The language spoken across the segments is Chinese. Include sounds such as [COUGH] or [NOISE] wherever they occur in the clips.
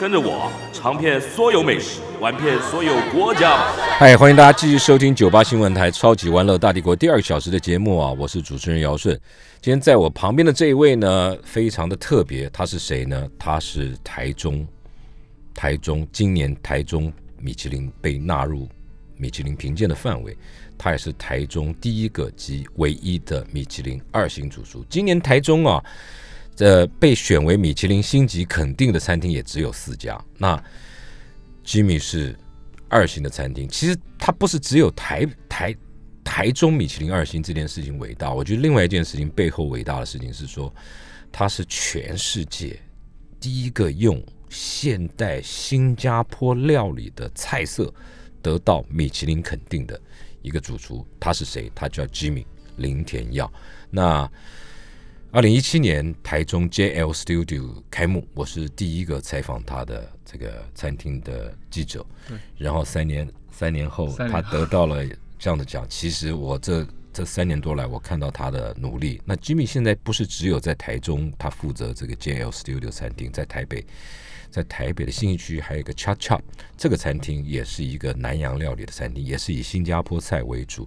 跟着我尝遍所有美食，玩遍所有国家吧。嗨，哎欢迎大家继续收听九八新闻台《超级玩乐大帝国》第二个小时的节目啊！我是主持人姚顺。今天在我旁边的这一位呢，非常的特别，他是谁呢？他是台中，台中今年台中米其林被纳入米其林评鉴的范围，他也是台中第一个及唯一的米其林二星主厨。今年台中啊，呃，被选为米其林星级肯定的餐厅也只有四家。那 Jimmy 是二星的餐厅，其实它不是只有台台台中米其林二星这件事情伟大，我觉得另外一件事情背后伟大的事情是说，它是全世界第一个用现代新加坡料理的菜色得到米其林肯定的一个主厨，他是谁？他叫 Jimmy 林田耀。那二零一七年台中 JL Studio 开幕，我是第一个采访他的这个餐厅的记者。然后三年三年后，三年他后得到了这样的奖。其实我这这三年多来，我看到他的努力。那 Jimmy 现在不是只有在台中，他负责这个 JL Studio 餐厅，在台北，在台北的信义区还有一个 Cha Cha 这个餐厅，也是一个南洋料理的餐厅，也是以新加坡菜为主。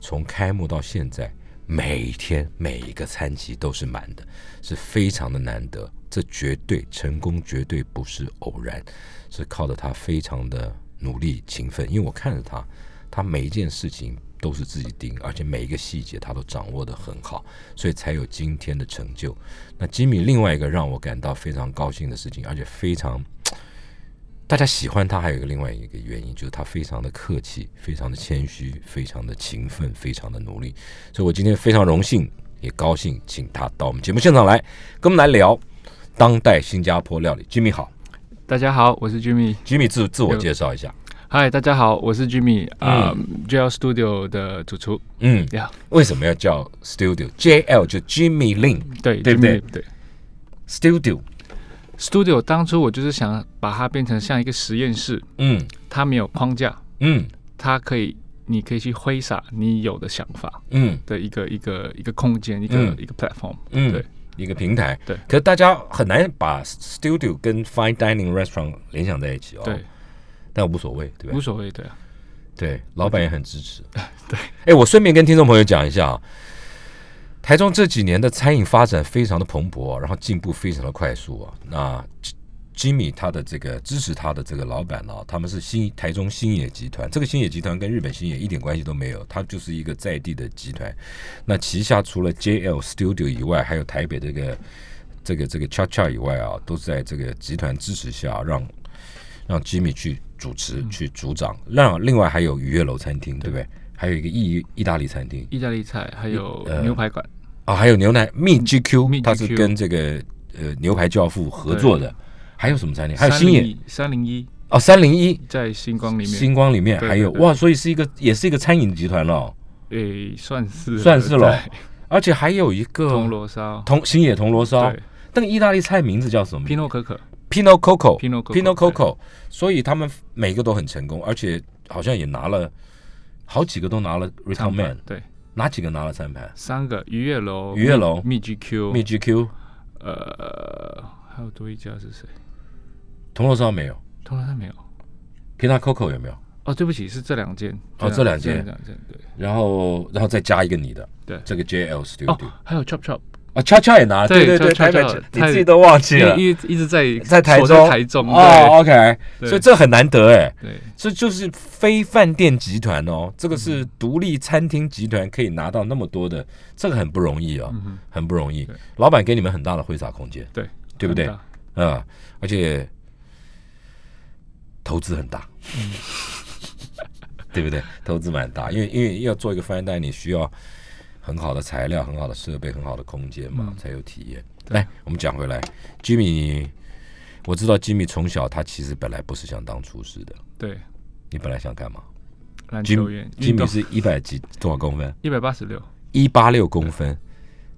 从开幕到现在，每一天每一个餐席都是满的，是非常的难得。这绝对成功，绝对不是偶然，是靠着他非常的努力勤奋。因为我看着他，他每一件事情都是自己盯，而且每一个细节他都掌握得很好，所以才有今天的成就。那吉米另外一个让我感到非常高兴的事情，而且非常大家喜欢他，还有一个另外一个原因，就是他非常的客气，非常的谦虚，非常的勤奋，非常的努力。所以我今天非常荣幸，也高兴，请他到我们节目现场来，跟我们来聊当代新加坡料理。吉米好，大家好，我是 Jimmy。吉米自自我介绍一下。嗨，大家好，我是 Jimmy，啊、j l Studio 的主厨。嗯，呀、为什么要叫 Studio JL 就 Jimmy Lin 对对不对 Jimmy, 对 Studio？ ，Studio 当初我就是想把它变成像一个实验室，嗯它没有框架，嗯它可以，你可以去挥洒你有的想法嗯的一个一个一个空间，一个、嗯一个 platform。嗯，对，一个平台。对可是大家很难把 Studio 跟 Fine Dining Restaurant 联想在一起哦。对，，但无所谓，对吧？无所谓，对啊，对，老板也很支 [LAUGHS] 持。对，哎，我顺便跟听众朋友讲一下啊，台中这几年的餐饮发展非常的蓬勃啊、然后进步非常的快速啊。那 J- Jimmy 他的这个支持他的这个老板呢、他们是新台中新野集团，这个新野集团跟日本新野一点关系都没有，它就是一个在地的集团。那旗下除了 JL Studio 以外，还有台北这个这个这个 Cha Cha 以外啊，都是在这个集团支持下让让 Jimmy 去主持、去组长，让另外还有愉悦楼餐厅，对不对？还有一个意意大利餐厅意大利菜还有呃牛排馆，啊，还有牛奶蜜 GQ，嗯蜜它是 GQ 跟这个呃牛排教父合作的。还有什么餐厅？还有新野301三零一哦，三零一在星光里面，星光里面对还有对对哇，所以是一个也是一个餐饮集团了，诶、算是算是咯了，而且还有一个铜锣烧，铜新野铜锣烧对，那个意大利菜名字叫什么皮诺可可， Pinot Coco Pinot Coco， Pinot Coco，所以他们每个都很成功，而且好像也拿了好几个都拿了 r e t a r 长 Man，对，哪几个拿了餐盘？三个愉悦楼、愉悦楼密 GQ、蜜 GQ 呃，还有多一家是谁？铜锣烧没有通常他没有。 ，Pinot Coco 有没有？哦，对不起，是这两间。哦这这两间这两间对然后然后再加一个你的对。这个 JL 哦 Studio，还有 Chop Chop，啊，恰恰也拿了，对对对，恰台恰北恰你太自己都忘记因了为，一直一直在啊在台锁中，台中，哦，OK，对所以这很难得哎，对对这就是非饭店集团哦，这个是独立餐厅集团可以拿到那么多的，这个很不容易哦，嗯哼很不容易对。老板给你们很大的挥洒空间，对，对不对很大？啊，而且投资很大， [LAUGHS] 对不对？投资蛮大，因为因为要做一个 fine dining，需要很好的材料、很好的设备、很好的空间嘛，才有体验。来，我们讲回来，Jimmy，我知道吉米从小他其实本来不是想当厨师的，对，你本来想干嘛？篮吉球员，吉米是一百几多少公分？一百八十六，一八六公分，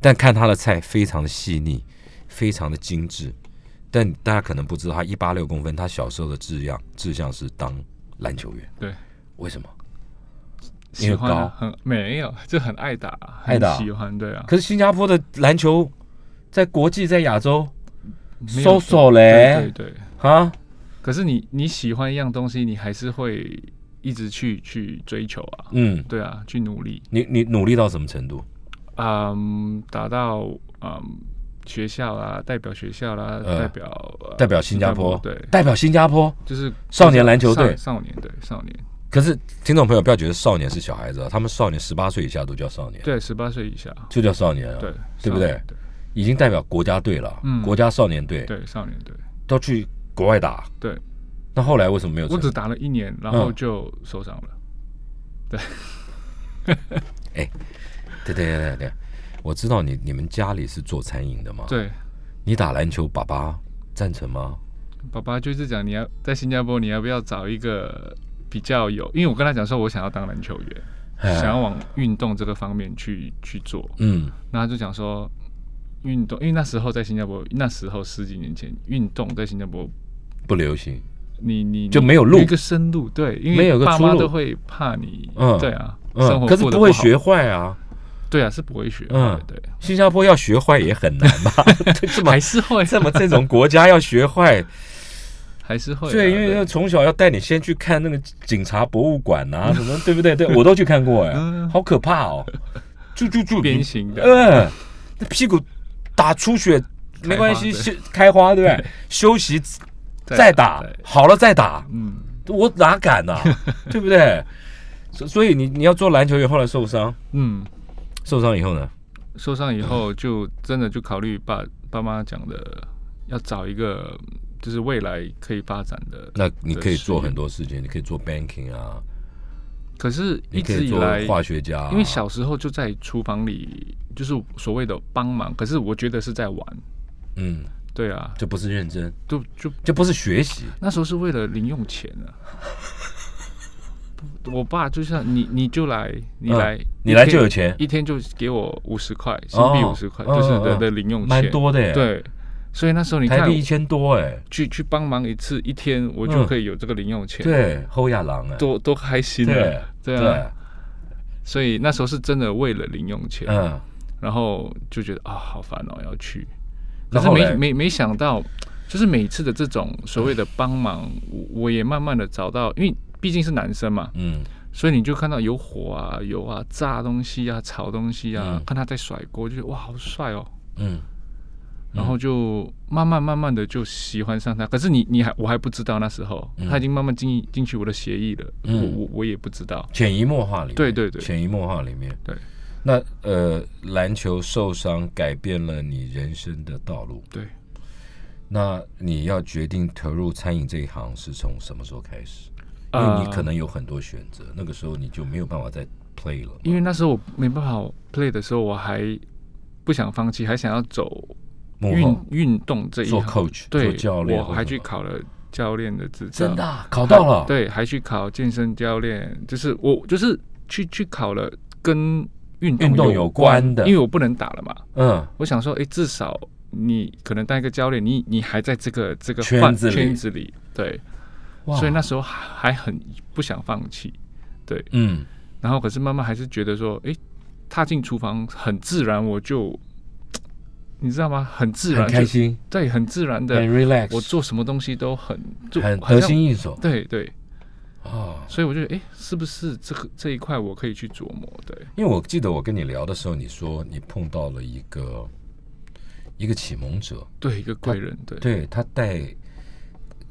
但看他的菜非常的细腻，非常的精致。但大家可能不知道，他一八六公分，他小时候的志向志向是当篮球员。对，为什么？因喜为欢高啊很没有，就很爱打，爱很打喜欢，对啊，可是新加坡的篮球在国际在亚洲没有收手对嘞对对。啊，可是你你喜欢一样东西，你还是会一直去去追求啊，嗯，对啊，去努力，你你努力到什么程度？嗯，达到嗯学校啊，代表学校啦，呃代表呃代表新加坡，对，代表新加坡。就是少年篮球队少少年对少年，可是听众朋友不要觉得少年是小孩子啊，他们少年十八岁以下都叫少年，对，十八岁以下，就叫少年啊，对，对不少对年已经代表国家队了，嗯国家少年队，对，少年队，都去国外打。对，那后来为什么没有我成？只打了一年，然后嗯就受伤了。对对对对对，我知道你你们家里是做餐饮的嘛？，对，你打篮球，爸爸赞成吗？爸爸就是讲你要在新加坡，你要不要找一个比较有？因为我跟他讲说，我想要当篮球员，哎想要往运动这个方面去去做。嗯，那他就讲说，运动，因为那时候在新加坡，那时候十几年前，运动在新加坡，不流行。你你就没有路一个生路，对，因没有为个爸出妈路都会怕你，嗯对啊，生嗯，活可是过得不不会好学，坏啊。对啊，是不会学，嗯嗯，对，新加坡要学坏也很难 [LAUGHS] 吧？对 [LAUGHS] 这么还是啊会，这么这种国家要学坏， [LAUGHS] 还是会啊，对，因为要从小要带你先去看那个警察博物馆啊，什么对不对？对我都去看过哎，嗯好可怕哦！就就就变形的，嗯，那屁股打出血没关系，开花休开花对不对？休息再打对，好了再打，嗯，我哪敢 [LAUGHS] 呐、对不对？所所以你你要做篮球员，后来受伤，嗯，受伤以后呢？受伤以后就真的就考虑爸爸妈讲的，要找一个就是未来可以发展的。那你可以做对很多事情，你可以做 banking 啊，可是一你可直以以做来，化学家啊、因为小时候就在厨房里，就是所谓的帮忙，可是我觉得是在玩。嗯，对啊，就不是认真，就就就不是学习，那时候是为了零用钱啊。 [LAUGHS] 我爸就像你，你就来，你嗯来，你一来天就有钱一天就给我五十块新哦币，五十块嗯就是嗯的嗯的零用钱，蛮多的耶，，对，所以那时候你台看币一千多哎，去去帮忙一次，一天我嗯就可以有这个零用钱，，对，后亚郎哎，多多开心对啊！对啊，所以那时候是真的为了零用钱，嗯，然后就觉得啊、好烦哦，要去，可然是后没嘞没没想到，就是每次的这种所谓的帮忙，我我也慢慢的找到，因为毕竟是男生嘛，嗯，所以你就看到有火啊、油啊、炸东西啊、炒东西啊，嗯看他在甩锅，就觉得哇好帅哦，嗯，然后就慢慢慢慢的就喜欢上他。可是你你还我还不知道那时候，他已经慢慢进进去我的协议了，嗯我我我也不知道。潜移默化里面，对对对潜移默化里面，对。那呃，篮球受伤改变了你人生的道路。对，那你要决定投入餐饮这一行是从什么时候开始？因呃为你可能有很多选择，那个时候你就没有办法再 play 了嘛。因为那时候我没办法 play 的时候，我还不想放弃，还想要走幕运后运动这一做行 coach 对做教练或什么，我还去考了教练的执照，真的啊、考到了。，对，还去考健身教练，就是我就是去去考了跟运运动有有关的因为我不能打了嘛，嗯，我想说，哎、至少你可能当一个教练，你你还在这个这个圈范子里圈子里，对，哇，所以那时候还还很不想放弃，对。嗯然后可是慢慢还是觉得说，哎、踏进厨房很自然，我就你知道吗？很自然，很开，心，对，很自然很的， relax，我做什么东西都很就很好得像心应手对对，啊。所以我就觉得，哎、是不是这个这一块我可以去琢磨？对，因为我记得我跟你聊的时候，你说你碰到了一个一个启蒙者，对，一个贵人，对对他带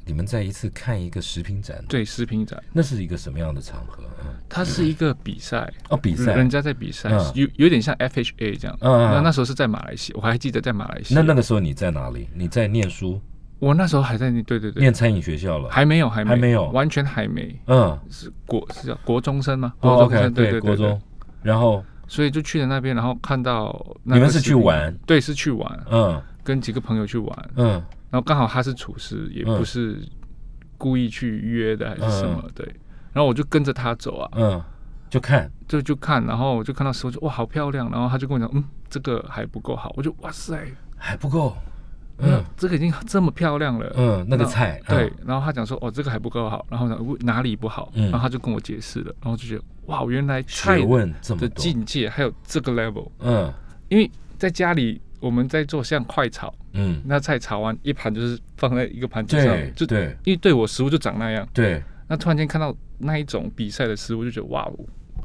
你们在一次看一个食品展，对，食品展，那是一个什么样的场合？嗯它是一个比赛。哦，比赛人。家在比赛嗯，有有点像 FHA 这样。嗯嗯嗯那那时候是在马来西亚，我还记得在马来西亚。那那个时候你在哪里？你在念书，我那时候还在那，对对对，念餐饮学校了？还没有，还还没有完全还没，嗯是国是叫国中生吗？哦国中，OK，生，对对，国对中。。然后所以就去了那边，然后看到那你们个是视去频玩？对，是去玩，嗯跟几个朋友去玩，嗯然后刚好他是厨师，也嗯不是故意去约的还是什么，对。然后我就跟着他走啊，嗯，就看，就就看，然后我就看到时候就哇好漂亮，然后他就跟我讲，嗯，这个还不够好，我就哇塞，还不够，嗯嗯，这个已经这么漂亮了，嗯，那个菜，对，然后他讲说，哦，这个还不够好，然后呢，我哪里不好，嗯然后他就跟我解释了，然后就觉得，哇，原来学菜问这么的多，境界还有这个 level，嗯因为在家里我们在做像快炒，嗯，那菜炒完一盘就是放在一个盘子对上，就对因为对我食物就长那样，对那突然间看到那一种比赛的食物，就觉得哇哦，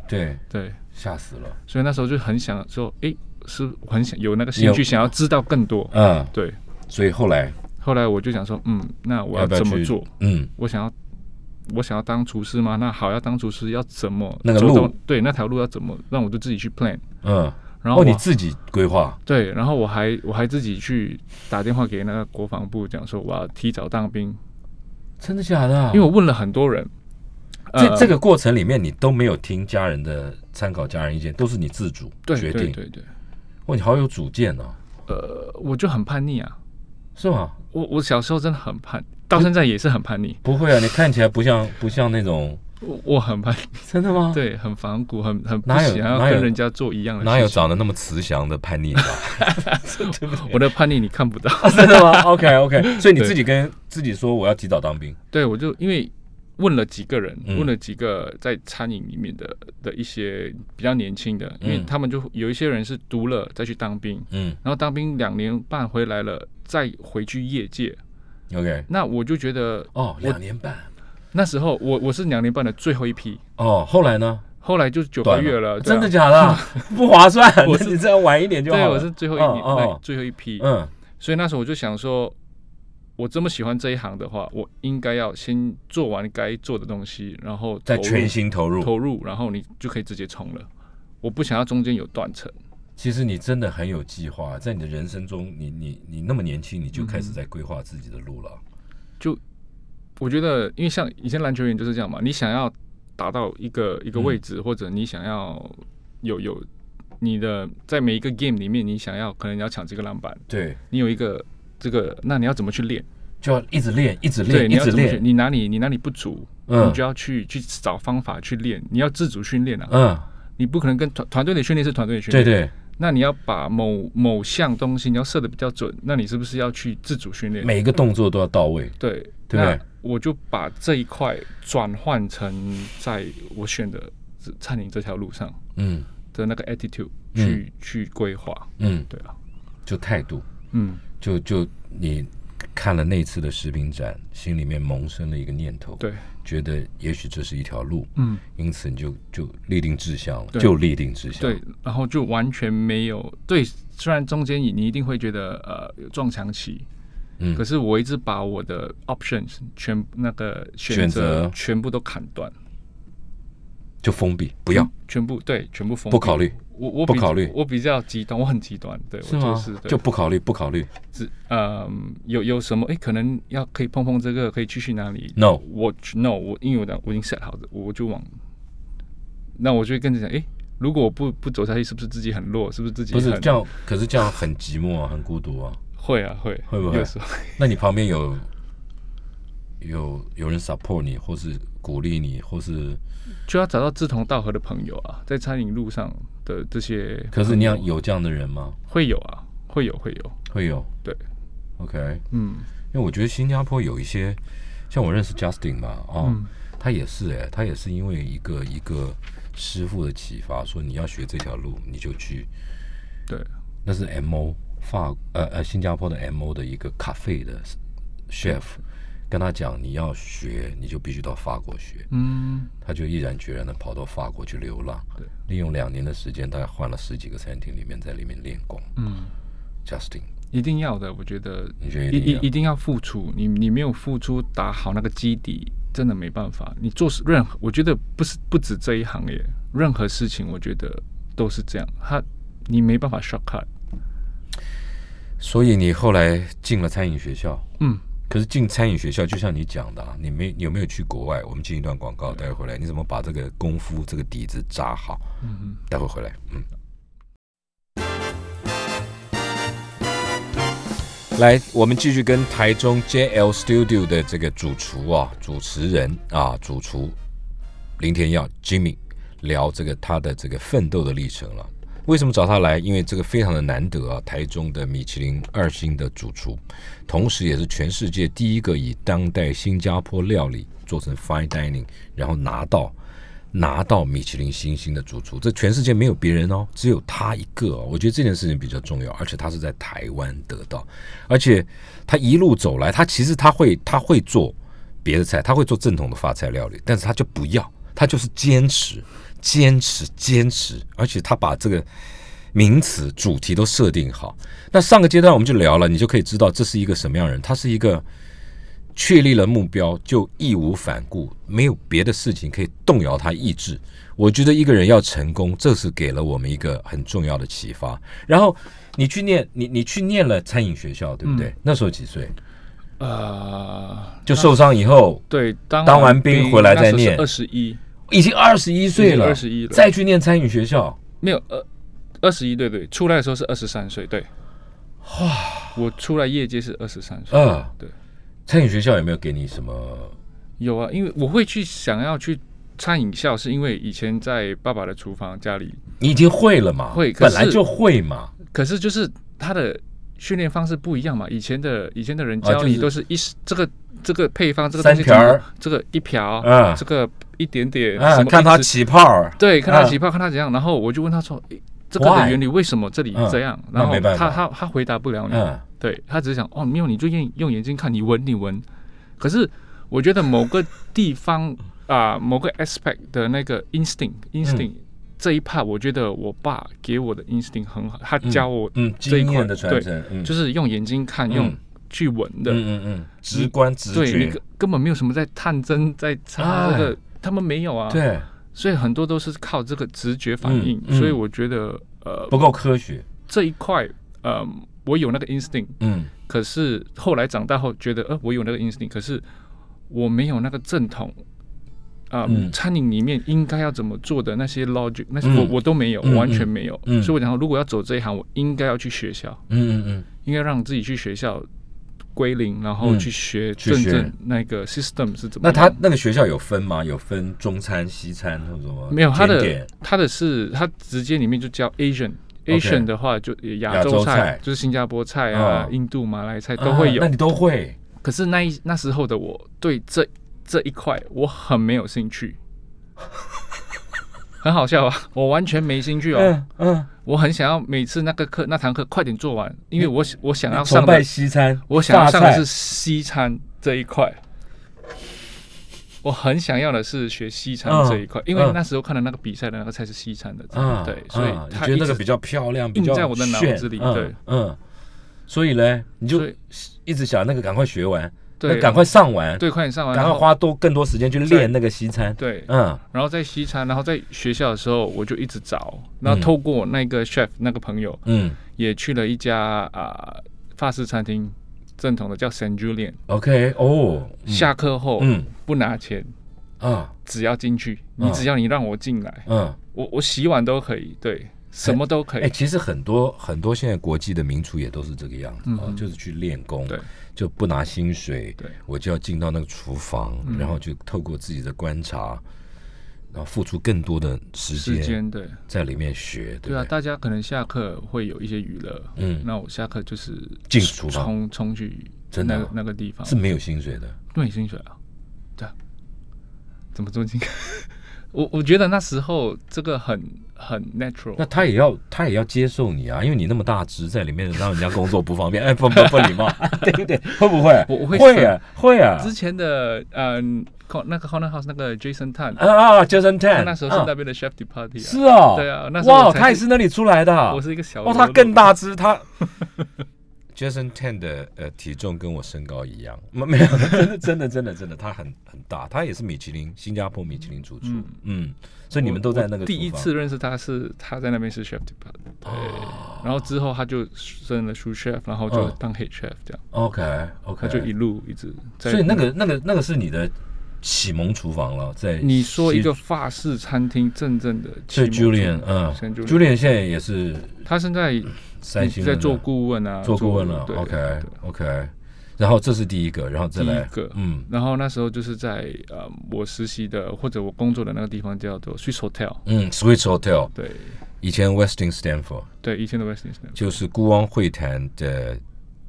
对，对，吓死了，所以那时候就很想说，诶，是我很想有那个兴有趣，想要知道更多，嗯，对。所以后来后来我就想说，嗯，那我要不要怎么去做？嗯我想要我想要当厨师吗？那好，要当厨师要怎么那个走到路对那条路要怎么？让我就自己去 plan。嗯，然后哦，我、你自己规划，对，然后我还我还自己去打电话给那个国防部，讲说我要提早当兵，哦真的假的啊？因为我问了很多人，这呃这个过程里面，你都没有听家人的参考家人意见，都是你自主对决对定。对对，哇，你好有主见哦，呃，我就很叛逆啊，是吗？我我小时候真的很叛，到现在也是很叛逆，不会啊，你看起来不像不像那种，我我很叛逆，真的吗？，对，很反骨，很很不哪有想要哪有跟人家做一样的哪有事情长得那么慈祥的叛逆的？我的叛逆你看 [LAUGHS] 不到，真的吗？OK OK，所以你对自己跟自己说我要提早当兵，对，我就因为问了几个人，嗯问了几个在餐饮里面的的一些比较年轻的，因为嗯他们就有一些人是读了再去当兵，嗯然后当兵两年半回来了，再回去业界。 ，OK，那我就觉得哦，两年半，那时候我我是两年半的最后一批，哦，后来呢？后来就九短个月了，对啊真的假的？ [LAUGHS] 不划算，那我是你再晚一点就好对，了。我是最后一年，哦那哦最后一批，嗯所以那时候我就想说，我这么喜欢这一行的话，我应该要先做完该做的东西，然后在投入全心投入，投入，然后你就可以直接冲了。我不想要中间有断层，其实你真的很有计划，在你的人生中，你你你那么年轻，嗯你就开始在规划自己的路了。我觉得因为像以前篮球员就是这样嘛，你想要达到一个一个位嗯置，或者你想要有有你的在每一个 game 里面，你想要可能你要抢这个篮板，对，你有一个这个，那你要怎么去练？就要一直练，一直对，练，你一要直怎么去？练。你哪里你哪里不足，嗯你就要去去找方法去练，你要自主训练啊，嗯，你不可能跟团团队的训练是团队的训对练，对，那你要把某某项东西你要设的比较准，那你是不是要去自主训练？每一个动作都要到位。对，对不对那我就把这一块转换成在我选的这餐饮这条路上嗯的那个 attitude 嗯去、去规划，嗯，对啊，就态度，嗯，就就你看了那次的食品展，心里面萌生了一个念头，对，觉得也许这是一条路，嗯，因此你就就立定志向了，对就立定志向。对，，然后就完全没有对，虽然中间你你一定会觉得呃有撞墙期。嗯可是我一直把我的 options 全那个选选择择全部都砍断，就封闭，不要全部对，全部封不闭考虑，我我不比考虑我比较极端，我很极端，对我吗就是？对就不考虑，不考虑只嗯，有有什么哎，诶可能要可以碰碰这个，可以去去哪里，no，我 no，我因为我的我已经 set 好的，我就往，那我就会跟着讲，哎，如果我不不走下去，是不是自己很弱？是不是自己不是很这样，可是这样很寂寞啊，很孤独啊。会啊会会不会有时候 [LAUGHS] 那你旁边有有有人 support 你，或是鼓励你，或是就要找到志同道合的朋友啊，在餐饮路上的这些朋友，可是你要有这样的人吗？会有啊，会有会有，会有对，OK，嗯因为我觉得新加坡有一些，像我认识 Justin 嘛，哦，嗯他也是哎、他也是因为一个一个师傅的启发，说你要学这条路，你就去，对，那是 MO 法呃呃新加坡的 MO 的一个咖啡的 chef，跟嗯他讲你要学，你就必须到法国学，嗯他就毅然决然的跑到法国去流浪对，利用两年的时间，大概换了十几个餐厅，里面在里面练功。嗯， Justin，一定要的，我觉得你觉得一一定要一一定要付出，你你没有付出打好那个基底，真的没办法。你做事任何，我觉得不是不止这一行业，任何事情我觉得都是这样，他你没办法 shortcut。所以你后来进了餐饮学校，嗯，可是进餐饮学校，就像你讲的、啊，你没你有没有去国外？我们进一段广告，待会回来，你怎么把这个功夫这个底子扎好？嗯待会回来，嗯。 Hãy subscribe cho kênh Ghiền Mì Gõ Để không bỏ lỡ 来，我们继续跟台中 JL Studio 的这个主厨啊、主持人啊、主厨林田耀 Jimmy 聊这个他的这个奋斗的历程了。为什么找他来？因为这个非常的难得啊！台中的米其林二星的主厨，同时也是全世界第一个以当代新加坡料理做成 fine dining，然后拿到拿到米其林星星的主厨，这全世界没有别人哦，只有他一个、哦。我觉得这件事情比较重要，而且他是在台湾得到，而且他一路走来，他其实他会他会做别的菜，他会做正统的法菜料理，但是他就不要，他就是坚持，坚持，坚持，而且他把这个名词主题都设定好。那上个阶段我们就聊了，你就可以知道这是一个什么样的人，他是一个。确立了目标，就义无反顾，没有别的事情可以动摇他意志。我觉得一个人要成功，这是给了我们一个很重要的启发。然后你去念，你你去念了餐饮学校，对不对？那时候几岁？呃，就受伤以后，对，当当完兵回来再念二十一，已经二十一岁了，已经21了再去念餐饮学校，没有二二十一，对对，出来的时候是二十三岁，对。哇！我出来业界是二十三岁，嗯对，餐饮学校有没有给你什么？有啊，因为我会去想要去餐饮校，是因为以前在爸爸的厨房家里，你已经会了嘛？会可本是来就会嘛。可是就是他的训练方式不一样嘛，以前的以前的人啊教就你是都是一时、这个这个配方，这个东西三瓢儿怎么这个一瓢，嗯这个一点点，什啊，么看一他直起泡儿，对，看他嗯起泡，看他怎样。然后我就问他说：“诶这个的 Why？原理为什么这里嗯这样？”那然后没办他法他他回答不了你，嗯对他只是想哦，没有，你就用用眼睛看，你闻你闻。可是我觉得某个地方 [LAUGHS] 啊、某个 aspect 的那个 instinct instinct、这嗯一 part，我觉得我爸给我的 instinct 很好，他教我嗯，这一经块、验的传对，承，嗯，就是是用眼睛看，用嗯去闻的，嗯嗯嗯，直观直对你觉根，根本没有什么在探针在查哎这个，他们没有啊，对，所以很多都是靠这个直觉反应，嗯嗯所以我觉得呃不够科学，这一块呃我有那个 instinct，嗯。可是后来长大后觉得呃我有那个 instinct，可是我没有那个正统。啊、嗯餐饮里面应该要怎么做的那些 logic，那些嗯我、我都没有，嗯我完全没有。嗯嗯所以我想说，如果要走这一行，我应该要去学校，嗯嗯嗯，应该让自己去学校归零，然后嗯去学去真学正那个 system 是怎么那样。他那个学校有分吗？有分中餐、西餐或者什么？没有，他甜的点他的是他直接里面就叫 Asian。 OK Asian 的话就亚亚洲洲菜菜，就是新加坡菜啊、嗯印度、马来菜都会啊有那。你都会可是那一那时候的我对这这一块我很没有 [LAUGHS] 兴趣，很好笑啊！我完全没兴趣哦。嗯嗯，我很想要每次那个课那堂课快点做完，因为我我想要你上崇的拜西餐，我想要上的大菜是西餐这一块，我很想要的是学西餐这一块，因为嗯那时候看的那个比赛的那个菜是西餐的菜，啊，对，所以啊你他觉得一那个直比较漂亮，比较在我的脑炫子里嗯对嗯。所以呢，你就所以一直想那个赶快学完，那对赶快上完，对快点上完，赶快然后花多更多时间去对练那个西餐。对，嗯然后在西餐，然后在学校的时候我就一直找，然后透过那个 chef 那个朋友嗯也去了一家啊、法式餐厅，正统的叫 San Julian，、 ，OK，哦，嗯下课后嗯不拿钱，啊只要进去，你嗯只要你让我进来，嗯，我我洗碗都可以，对，什么都可以。哎，其实很多很多现在国际的名厨也都是这个样子啊，嗯就是去练功，对，就不拿薪水，对我就要进到那个厨房，嗯然后就透过自己的观察，然后付出更多的时时间间对在里面学，对对啊，不对？大家可能下课会有一些娱乐，嗯，那我下课就是进厨房冲冲去真的那啊个那个地方，是没有薪水的，都没薪水啊，对啊，怎么这么近？ [LAUGHS] 我我觉得那时候这个很很 natural，那他也要他也要接受你啊，因为你那么大只，在里面让人家工作不方便，哎， [LAUGHS] 不不不礼 [LAUGHS] 貌，对不对？会不会？我我会会啊会啊之前的嗯、呃，那个 Corner House 那个 Jason Tan，、啊啊！Jason 他 Tan，那时候是那边的 chef de 嗯 party，、啊、是哦，对啊那时候哇，我才他也是那里出来的啊，我是一个小哦，喽他啰更大只， [LAUGHS] 他 Jason Tan 的呃体重跟我身高一样， [LAUGHS] 没没有，真的真的真的真的，他很很大，他也是米其林新加坡米其林主厨，嗯嗯所以你们都在那我个第一厨房次认识他是他在那边是 chef de party，对，哦然后之后他就升了 sous chef，然后就嗯当 head chef 这样， ，OK 他 OK，就一路一直在，所以那个那个那个是你的启蒙厨房了，在你说一西个法式餐厅真正的启这蒙 Julian，主嗯先 Julian ，Julian 现在也是他现在三星在人做了顾问啊，做顾问了对，OK 对 OK，然后这是第一个，然后再第来一个嗯然后那时候就是在呃我实习的或者我工作的那个地方叫做 Swiss Hotel，嗯，Switch Hotel，对以前 Westin Stanford 对，以前的 Westin，就是孤汪会谈的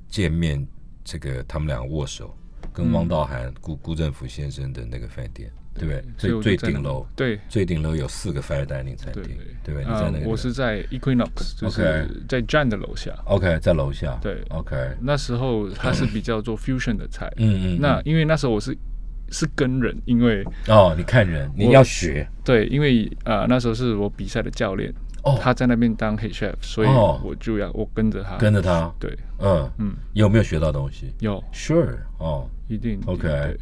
见面，这个他们两个握手，跟嗯汪道涵、辜辜振甫先生的那个饭店，对不对？所以最我最就在那顶楼，对最顶楼有四个 fine dining 餐对厅，对对不对？你在呃那个地方我是在 Equinox，就 OK 是在站的楼下， OK 在楼下，对，OK，那时候它是比较做 fusion 的菜，嗯嗯，那因为那时候我是是跟人，因为哦，你看人，你我要学对，因为呃那时候是我比赛的教练，哦，他在那边当 head chef，所以哦我就要我跟着他，跟着他，对，嗯嗯，有没有学到东西有？Sure，哦，一定一定 OK 对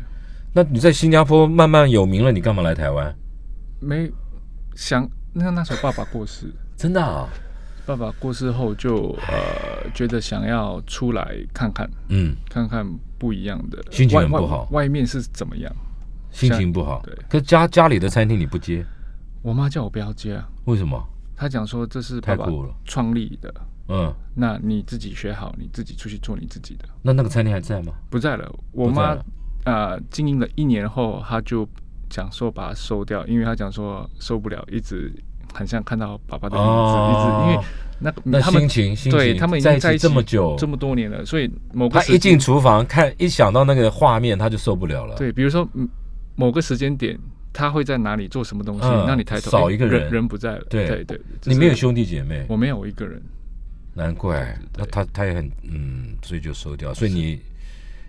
那你在新加坡慢慢有名了，你干嘛来台湾？没想那那时候爸爸过世。真的啊，爸爸过世后就呃觉得想要出来看看，嗯，看看不一样的，心情外很不外好外面是怎么样？心情不好啊对，可是家家里的餐厅你不接，我妈叫我不要接啊，为什么？她讲说这是太爸爸酷了创立的，嗯，那你自己学好，你自己出去做你自己的。那那个餐厅还在吗？不在了，我不在妈了呃经营了一年后，她就讲说把它收掉，因为她讲说受不了，一直很像看到爸爸的影子，哦一直因为那个那他们心情心情对他们已在经一起在一起这么久这么多年了，所以某个哦他时一间进厨房看，一想到那个画面他就受不了了。，对，比如说嗯某个时间点，他会在哪里做什么东西，嗯让你抬头少诶一个人人，人不在了。对对对，就你是没有兄弟姐妹，我没有我一个人，难怪。那他他也很嗯，所以就收掉。所以你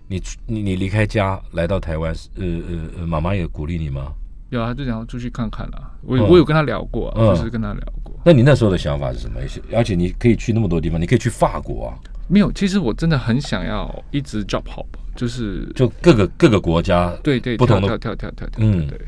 你你你离开家来到台湾，呃呃呃，妈妈也鼓励你吗？有啊，就想要出去看看啦。我、嗯我有跟他聊过、啊，嗯就是跟他聊过。那你那时候的想法是什么？而且而且你可以去那么多地方，你可以去法国啊，没有，其实我真的很想要一直 job hop，就是就各个各个国家，对对不同的跳跳跳跳跳跳，嗯对对。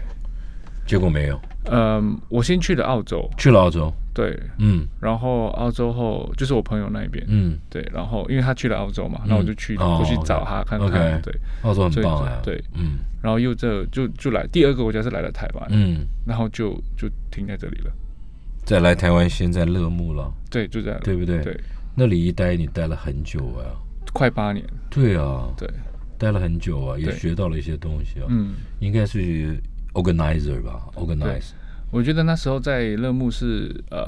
结果没有嗯，我先去了澳洲，去了澳洲，对，嗯然后澳洲后就是我朋友那边，嗯，对，然后因为他去了澳洲嘛，那我就去哦过去 OK 找他看 OK 看，对，澳洲很所以棒啊，对，嗯然后又这就就来第二个国家是来了台湾，嗯，然后就就停在这里了。再来台湾现在乐木了，对，就这样。对不对？对，那里一待你待了很久啊，快八年。对啊，对，待了很久啊，也对学到了一些东西啊，嗯，应该是 organizer 吧，organize，我觉得那时候在乐木是呃，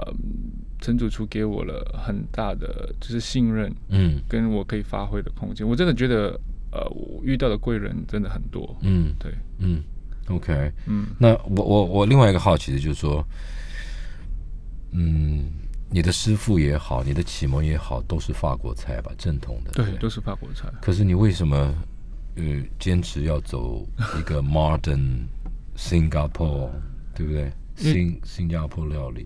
陈主厨给我了很大的就是信任，嗯跟我可以发挥的空间。我真的觉得呃，我遇到的贵人真的很多。嗯对，嗯，OK，嗯，那我我我另外一个好奇的就是说，嗯，你的师傅也好，你的启蒙也好，都是法国菜吧，正统的，对，不都是法国菜。可是你为什么呃坚持要走一个 modern Singapore，对不对？因为新新加坡料理，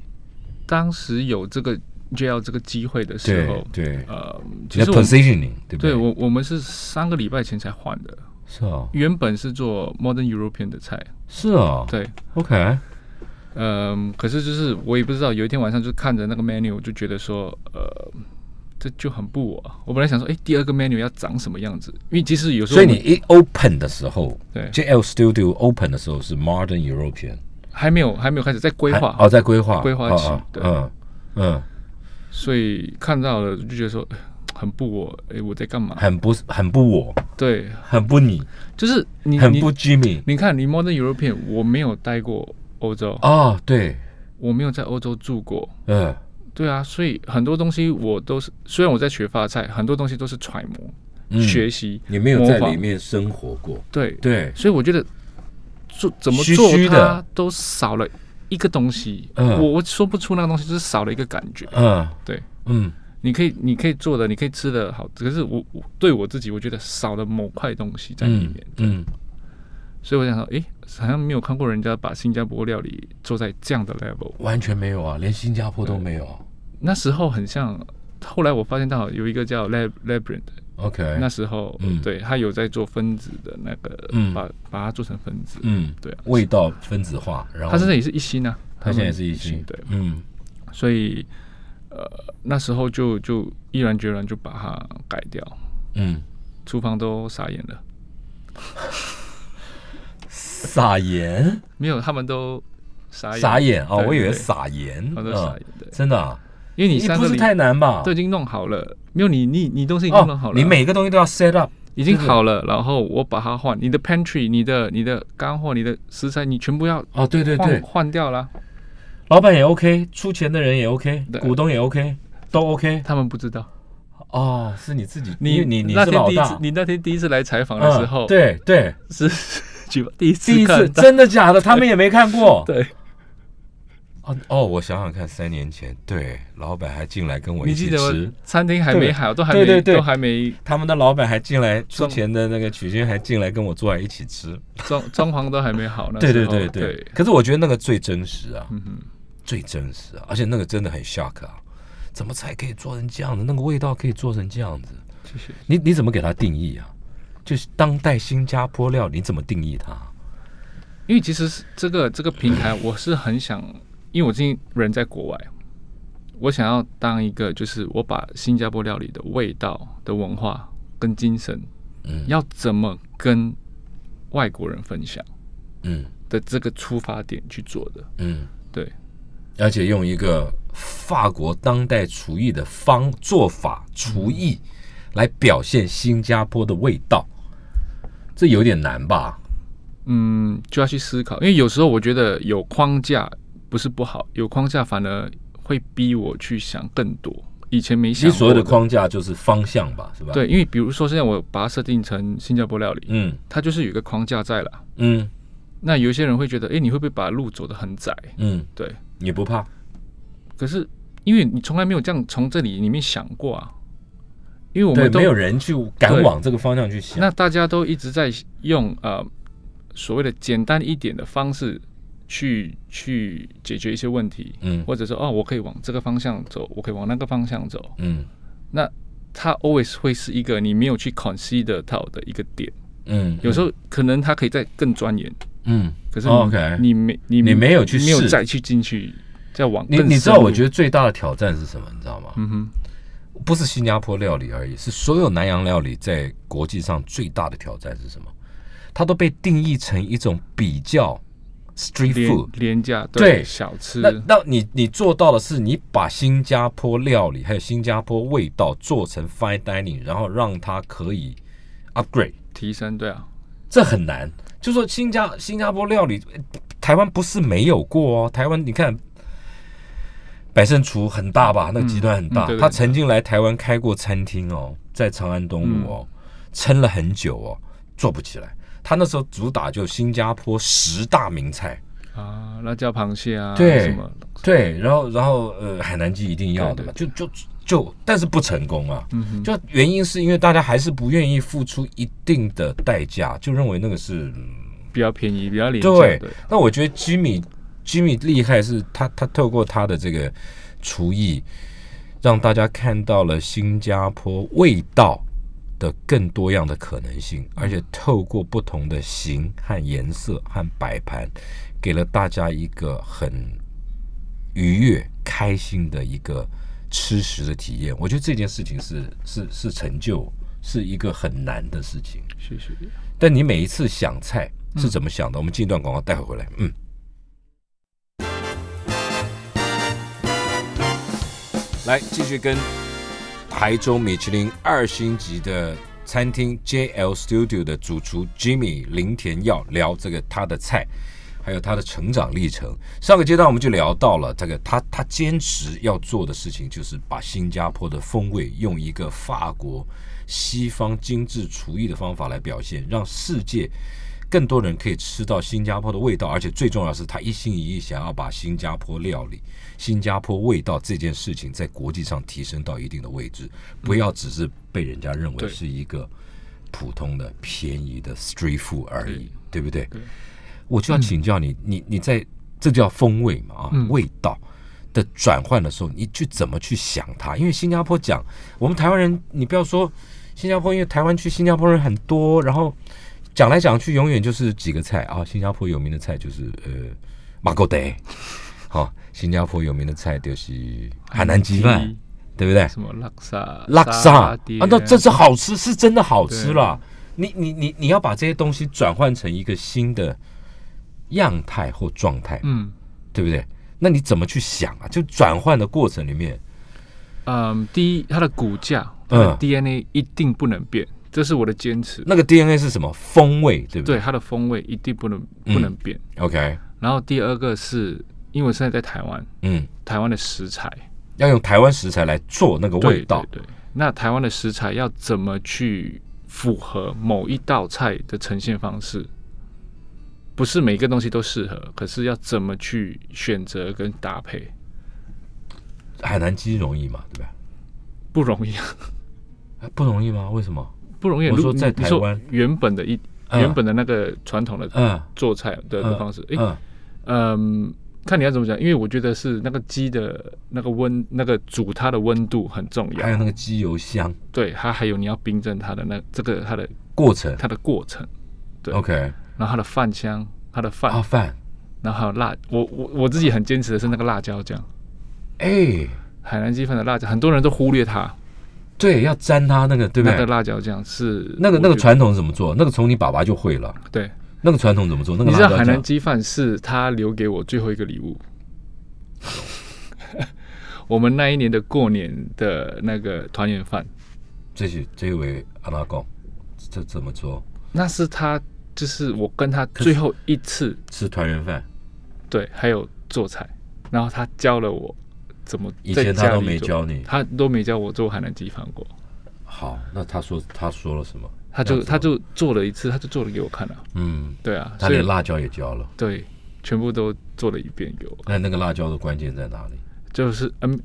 当时有这个 JL 这个机会的时对候，对，呃，其你的实我们 positioning 对不对我我们是三个礼拜前才换的，是啊，原本是做 Modern European 的菜，是啊，对。 ，OK，嗯，可是就是我也不知道，有一天晚上就看着那个 menu，我就觉得说，呃，这就很不我啊。我本来想说，哎，第二个 menu 要长什么样子？因为其实有时候所以我你们一 open 的时候对，JL Studio open 的时候是 modern European 还没有还没有开始在规还划，哦，在规划规划期哦哦对嗯嗯，所以看到了就觉得说，哎很不我，哎，我在干嘛？很不很不我，对，很不你，就是你很你不 Jimmy 你看，你 Modern European，我没有待过欧洲，哦，对，我没有在欧洲住过。嗯对啊，所以很多东西我都是，虽然我在学法菜，很多东西都是揣摩、嗯，学习、你没有在模仿里面生活过，对对，所以我觉得做怎么虚做虚的它都少了一个东西，嗯我我说不出那个东西，就是少了一个感觉。嗯对，嗯。你可以你可以做的，你可以吃的好，可是我我对我自己，我觉得少了某块东西在里面，嗯，所以我想说，诶，好像没有看过人家把新加坡料理做在这样的 level。完全没有啊，连新加坡都没有啊。那时候很像，后来我发现到有一个叫 Lab Labyrinth， OK，那时候、嗯对他有在做分子的那个，嗯把把它做成分子，嗯，对啊，味道分子化，然后他现在也是一星啊，它现在们是一星，对，嗯所以呃那时候就就毅然决然就把它改掉，嗯，厨房都傻眼了。撒盐，没有，他们都傻眼撒眼哦，对我以为对撒盐，他们都傻嗯眼，对，真的啊，因为你你三不个是礼太难吧？都已经弄好了，没有你你你东西已经弄好哦了，，你每个东西都要 set up，已经就是好了，然后我把它换，你的 pantry、你的你的干货、你的食材，你全部要哦，对对换对，换掉了。老板也 OK，出钱的人也 OK，对股东也 OK，都 OK。他们不知道，哦，是你自己，你因为你你那是天老第一次大，，你那天第一次来采访的时候，嗯，对对，是举办第一次第一次看到，真的假的？他们也没看过。对，哦哦，我想想看，三年前，对，老板还进来跟我你一起记得吃，餐厅还对没好，都还对没对对都还没他们的老板还进来，出装钱的那个曲军还进来跟我坐在一起吃。装装潢都还没好呢。对对时候对对对，可是我觉得那个最真实啊，嗯哼，最真实啊，而且那个真的很 shock 啊，怎么才可以做成这样子？那个味道可以做成这样子？谢谢。你你怎么给它定义啊？就是当代新加坡料，你怎么定义它？因为其实是这个这个平台，我是很想，因为我最近人在国外，我想要当一个，就是我把新加坡料理的味道、的文化跟精神，嗯要怎么跟外国人分享嗯的这个出发点去做的。嗯，对，而且用一个法国当代厨艺的方做法厨艺嗯来表现新加坡的味道，这有点难吧？嗯，就要去思考，因为有时候我觉得有框架不是不好，有框架反而会逼我去想更多，以前没其想实过所谓的框架就是方向吧，是吧？，对，因为比如说现在我把它设定成新加坡料理，嗯它就是有一个框架在了。嗯那有一些人会觉得，诶，你会不会把路走得很窄？嗯，对，你不怕？可是因为你从来没有这样从这里里面想过啊，因为我对，们都没有人去敢对往这个方向去想。那大家都一直在用呃所谓的简单一点的方式去去解决一些问题，嗯或者说哦，我可以往这个方向走，我可以往那个方向走，嗯它 always 会是一个你没有去 consider 到的一个点。嗯，有时候可能它可以再更钻研，嗯，可是你、 OK 你没你你没有去没有试再去进去再往你更你知深道我入觉得最大的挑战是什么？你知道吗？嗯哼。不是新加坡料理而已，是所有南洋料理在国际上最大的挑战是什么？它都被定义成一种比较 street 廉 food。廉价对小吃那那你你做到的是，你把新加坡料理还有新加坡味道做成 fine dining，然后让它可以 upgrade，提升，对啊，这很难。就说新加新加坡料理，呃台湾不是没有过哦。台湾你看，百胜厨很大吧？那个集团很大，嗯嗯对对他曾经来台湾开过餐厅哦，在长安东路哦，嗯撑了很久哦，做不起来。他那时候主打就新加坡十大名菜，啊，辣椒螃蟹啊，对什么，对，然后然后呃，海南鸡一定要的嘛，就就就，但是不成功啊。嗯哼，就原因是因为大家还是不愿意付出一定的代价，就认为那个是比较便宜，比较廉价，对对，那我觉得 Jimmy Jimmy 厉害是他他透过他的这个厨艺，让大家看到了新加坡味道的更多样的可能性，而且透过不同的形和颜色和摆盘，给了大家一个很愉悦、开心的一个吃食的体验。我觉得这件事情是是是成就，是一个很难的事情。谢谢。但你每一次想菜是怎么想的？我们进一段广告，待会回来。嗯。来，继续跟台中米其林二星级的餐厅 JL Studio 的主厨 Jimmy 林田耀聊这个他的菜，还有他的成长历程。上个阶段我们就聊到了这个他他坚持要做的事情，就是把新加坡的风味用一个法国西方精致厨艺的方法来表现，让世界。更多人可以吃到新加坡的味道，而且最重要的是，他一心一意想要把新加坡料理、新加坡味道这件事情在国际上提升到一定的位置，不要只是被人家认为嗯对是一个普通的便宜的 street food 而已，对不对对？我就要请教你，你你在这叫风味嘛啊，嗯味道的转换的时候，你去怎么去想它？因为新加坡讲，我们台湾人，你不要说新加坡，因为台湾去新加坡人很多，然后讲来讲去，永远就是几个菜啊。新加坡有名的菜就是呃马狗得， [LAUGHS] 好、新加坡有名的菜就是海南鸡饭，对不对？什么拉萨，拉萨沙爹啊，那这是好啊吃，是真的好吃啦。你你你你要把这些东西转换成一个新的样态或状态，嗯对不对？那你怎么去想啊？就转换的过程里面，嗯，第一，它的骨架，它嗯的 DNA 一定不能变，这是我的坚持。那个 DNA 是什么风味，对不对，它的风味一定不能嗯不能变。 o k 然后第二个是，因为我现在在台湾，嗯，台湾的食材要用台湾食材来做那个对味道，对对，那台湾的食材要怎么去符合某一道菜的呈现方式？不是每个东西都适合，可是要怎么去选择跟搭配海南鸡容易嘛，对吧？不容易，啊不容易吗？为什么？ [LAUGHS] 不容易。啊我如说你在你台说湾原本的一、嗯原本的那个传统的嗯做菜的嗯的方式，诶，嗯嗯，看你要怎么讲，因为我觉得是那个鸡的那个温，那个煮它的温度很重还有要。那个鸡油香对，它还有你要冰镇它的那这个它的过程它的过程，对，OK，然后它的饭香，它的饭，啊饭，然后还有辣。我我我自己很坚持的是那个辣椒酱，哎，海南鸡饭的辣椒，很多人都忽略它。对，要沾它那个，对不那个对？辣椒酱是那个我那个觉得传统怎么做？那个从你爸爸就会了。对，那个传统怎么做？那个你知辣道椒海南酱鸡饭是他留给我最后一个礼物。 [LAUGHS] 我们那一年的过年的那个团圆饭，这是这位阿拉贡，这怎么做？那是他，就是我跟他是最后一次吃团圆饭，对，还有做菜，然后他教了我怎么以在前他家都里没做，教你。他都没教我做海南鸡饭过，好，那他说他说了什么？他就要做他就做了一次，他就做了给我看了、嗯，对啊，他所以连辣椒也教了。对，全部都做了一遍给我看，那那个辣椒的关键在哪里？就是嗯。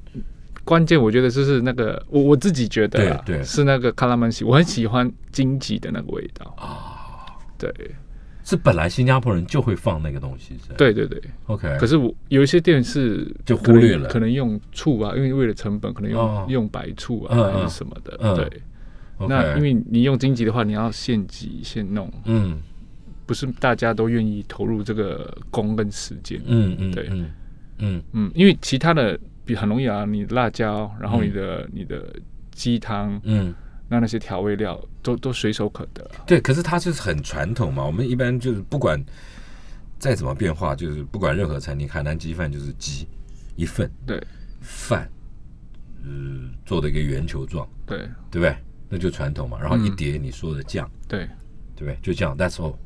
关键我觉得就是那个我我自己觉得啦对对是那个卡拉曼西，我很喜欢荆棘的那个味道啊。对是本来新加坡人就会放那个东西，是吧对对对， ，OK，可是我有一些店是就可能忽略了可能用醋啊，因为为了成本，可能用、哦用白醋啊、嗯嗯还是什么的。嗯对， OK 那因为你用荆棘的话，你要现挤现弄，嗯不是大家都愿意投入这个工跟时间。嗯嗯对嗯嗯嗯，因为其他的比很容易啊，你辣椒，然后你的、你的鸡汤，嗯，那那些调味料都都随手可得啊。对。可是它就是很传统嘛，我们一般就是不管再怎么变化，就是不管任何餐厅，海南鸡饭就是鸡一份对饭，嗯，做的一个圆球状，对对不对？那就传统嘛。然后嗯一碟你说的酱，对，对不对？就这样，That's all。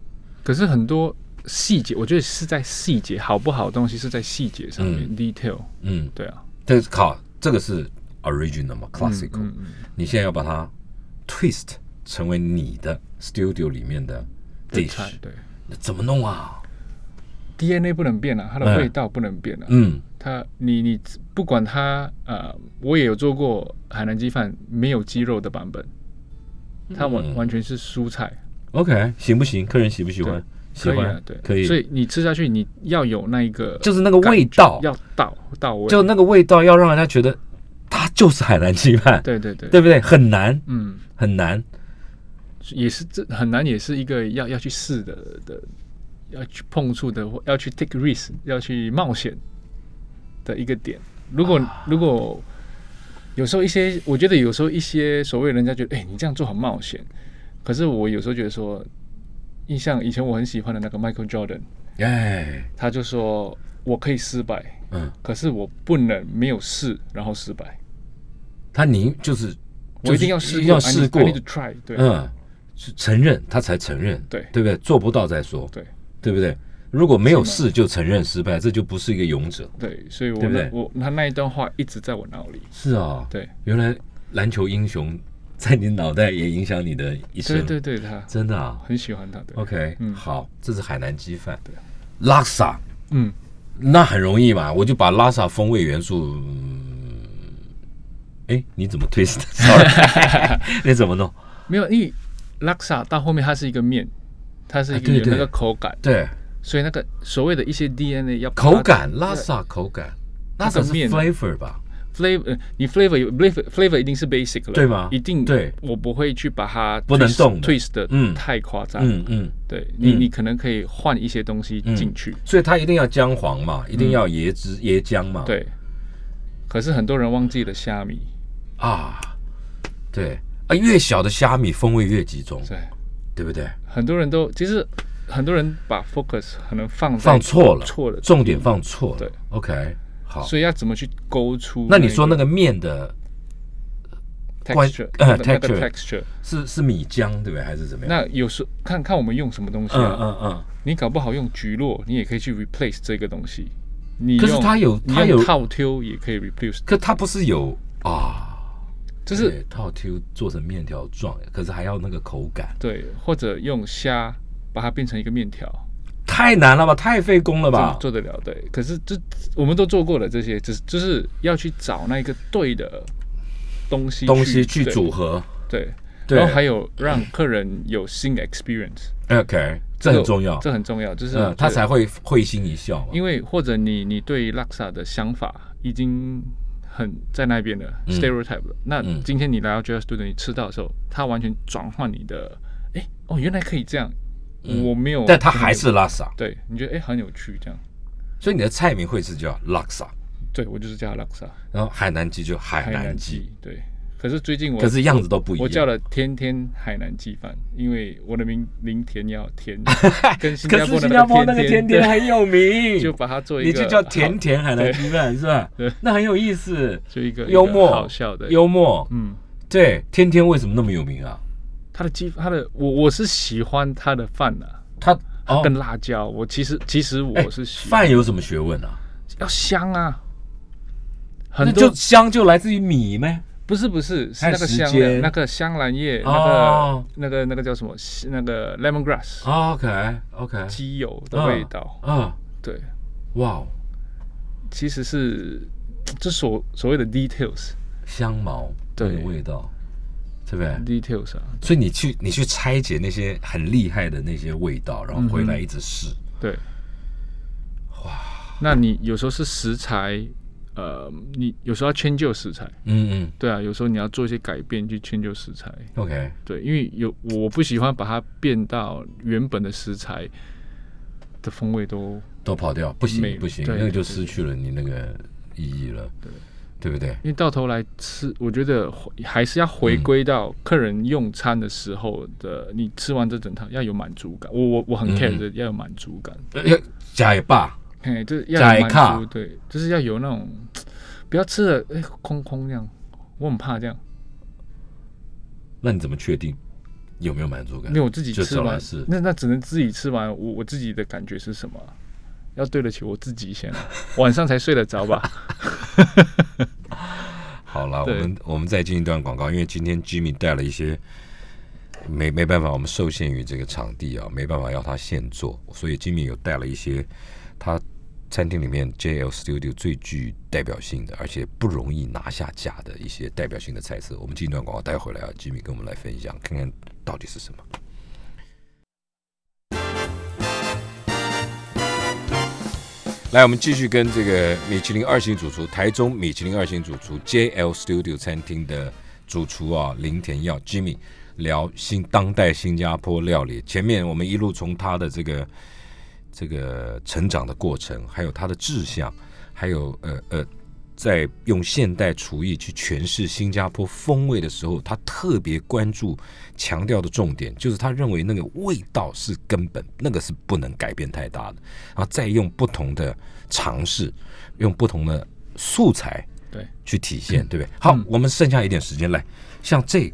可是很多细节，我觉得是在细节，好不好的东西是在细节上面、嗯 d e t a i l 嗯，对啊。这是靠这个是 original 嘛，classical、嗯嗯嗯你现在要把它 twist 成为你的 studio 里面的对菜 dish，对那怎么弄啊？ DNA 不能变啊，它的嗯味道不能变啊。嗯它你你不管它呃，我也有做过海南鸡饭没有鸡肉的版本，它完、嗯完全是蔬菜， ，OK，行不行？客人喜不喜欢？喜可以欢啊，，对，可以。所以你吃下去，你要有那一个，就是那个味道，要到到位，就那个味道要让人家觉得它就是海南鸡饭，对对对，对不对？很难嗯，很难。也是这很难，也是一个要要去试的的，要去碰触的，或要去 take risk，要去冒险的一个点。如果、啊如果有时候一些，我觉得有时候一些所谓人家觉得，哎、你这样做很冒险，可是我有时候觉得说，印象以前我很喜欢的那个 Michael Jordan，哎，他就说我可以失败，嗯，可是我不能没有试然后失败，他宁就是我一定就要是试过，要试 I 过 need，to try，对，嗯，是承认他才承认，对对不对？做不到再说，对。对不对？如果没有是吗试就承认失败，这就不是一个勇者。对，所以我对不那对我他那一段话一直在我脑里。是啊，对，原来篮球英雄在你脑袋也影响你的一对生，对对，他真的啊。很喜欢他。对 OK，嗯好，这是海南鸡饭，对拉萨嗯，那很容易嘛，我就把拉萨风味元素。嗯哎，你怎么 [LAUGHS] twist？Sorry，你 [LAUGHS] 怎么弄？没有，因为拉萨到后面它是一个面，它是一啊个对有那对个口感，对，所以那个所谓的一些 DNA 要口感拉萨口感，拉萨那是个面呢 flavor 吧？ flavor，呃你 flavor 有 flavor flavor 一定是 basic 了，对吗一定对我不会去把它不能 twist- 动的 twist 的嗯太夸张。嗯嗯，对你嗯你可能可以换一些东西进去，所以它一定要姜黄嘛，一定要椰汁、椰浆嘛。嗯对。可是很多人忘记了虾米，啊，对啊，越小的虾米风味越集中，对，对不对？很多人都其实很多人把 focus 可能放在放错了错了重点放错了。对，OK，好。所以要怎么去勾出？那你说那个面的 texture，关呃那个 texture texture，是是米浆对不对，还是怎么样？那有时候看看我们用什么东西嗯啊？嗯嗯，你搞不好用菊络，你也可以去 replace 这个东西。你可是用它有你它用有套挑也可以 replace，可它不是有啊？就就是套 Q 做成面条状，可是还要那个口感，对，或者用虾把它变成一个面条，太难了吧？太费工了这吧样？做得了对。可是这我们都做过了，这些只是就是要去找那一个对的东西东西去对组合对。对然后还有让客人有新的 experience， ，OK，这很重要这。很重要，就是嗯，他才会，会会心一笑嘛。因为或者你你对拉萨的想法已经很在那边了、嗯 s t e r e o type 了。那嗯今天你来到 j a s t u d i o 你吃到的时候，它完全转换你的，哎，哦，原来可以这样，我没嗯有，但他还是拉萨，对你觉得哎很有趣这样，所以你的菜名会是叫拉萨，对我就是叫它拉萨然后海南鸡就海海南南鸡，鸡，对。可是最近我可是样子都不一样。我叫了天天海南鸡饭，因为我的名林田要 [LAUGHS] 甜，跟新可加是坡新加坡坡那那个个甜甜甜对很有名， [LAUGHS] 就把它做一你个，就叫甜，甜海南鸡饭是吧 [LAUGHS] 对？那很有意思，就一个幽一个默好笑的，幽默。嗯，对，天天为什么那么有名啊？它的鸡，它的我我是喜欢它的饭呐、他哦，跟辣椒，我其实其实哎我是喜饭有什么学问啊？要香啊，那很多就香就来自于米呗。不是不是是还有那个时香间料，那个香兰叶，哦那个那个那个叫什么？那个 lemongrass， OK OK，鸡油的味道，啊，对，哇哦，其实是这所所谓的 details 香茅对那个味道，对不对？ details 啊，所以你去你去拆解那些很厉害的那些味道，然后回来一直试。对，哇，那你有时候是食材，呃，你有时候要迁就食材，嗯对啊，有时候你要做一些改变去迁就食材，嗯，OK，对，因为有我不喜欢把它变到原本的食材的风味都都跑掉不没行不行，对那个就对失去了你那个意义了，对不对？ [LAUGHS] 因为到头来吃，我觉得回还是要回归到客人用餐的时候的，你吃完这整套要有满足感。我我我很嗯 care 的，要有满足感，要假也罢，哎，就是要有宰客满足，对，就是要有那种不要吃的哎空空这样，我很怕这样，那你怎么确定有没有满足感因为？我自己就吃找来完吃，那那只能自己吃完，我我自己的感觉是什么啊？要对得起我自己先啊，晚上才睡得着吧？ [LAUGHS] 好了，我对们我们再进一段广告，因为今天 Jimmy 带了一些没没办法，我们受限于这个场地啊，没办法要他现做，所以 Jimmy 有带了一些他餐厅里面 JL Studio 最具代表性的，而且不容易拿下架的一些代表性的菜色。我们进一段广告带回来啊，Jimmy 跟我们来分享，看看到底是什么。来，我们继续跟这个米其林二星主厨，台中米其林二星主厨 JL Studio 餐厅的主厨啊，林田耀 Jimmy 聊新当代新加坡料理。前面我们一路从他的这个这个成长的过程，还有他的志向，还有呃呃，在用现代厨艺去诠释新加坡风味的时候，他特别关注强调的重点就是他认为那个味道是根本，那个是不能改变太大的。然后再用不同的尝试，用不同的素材，对，嗯去体现，对不对？好，我们剩下一点时间来，像这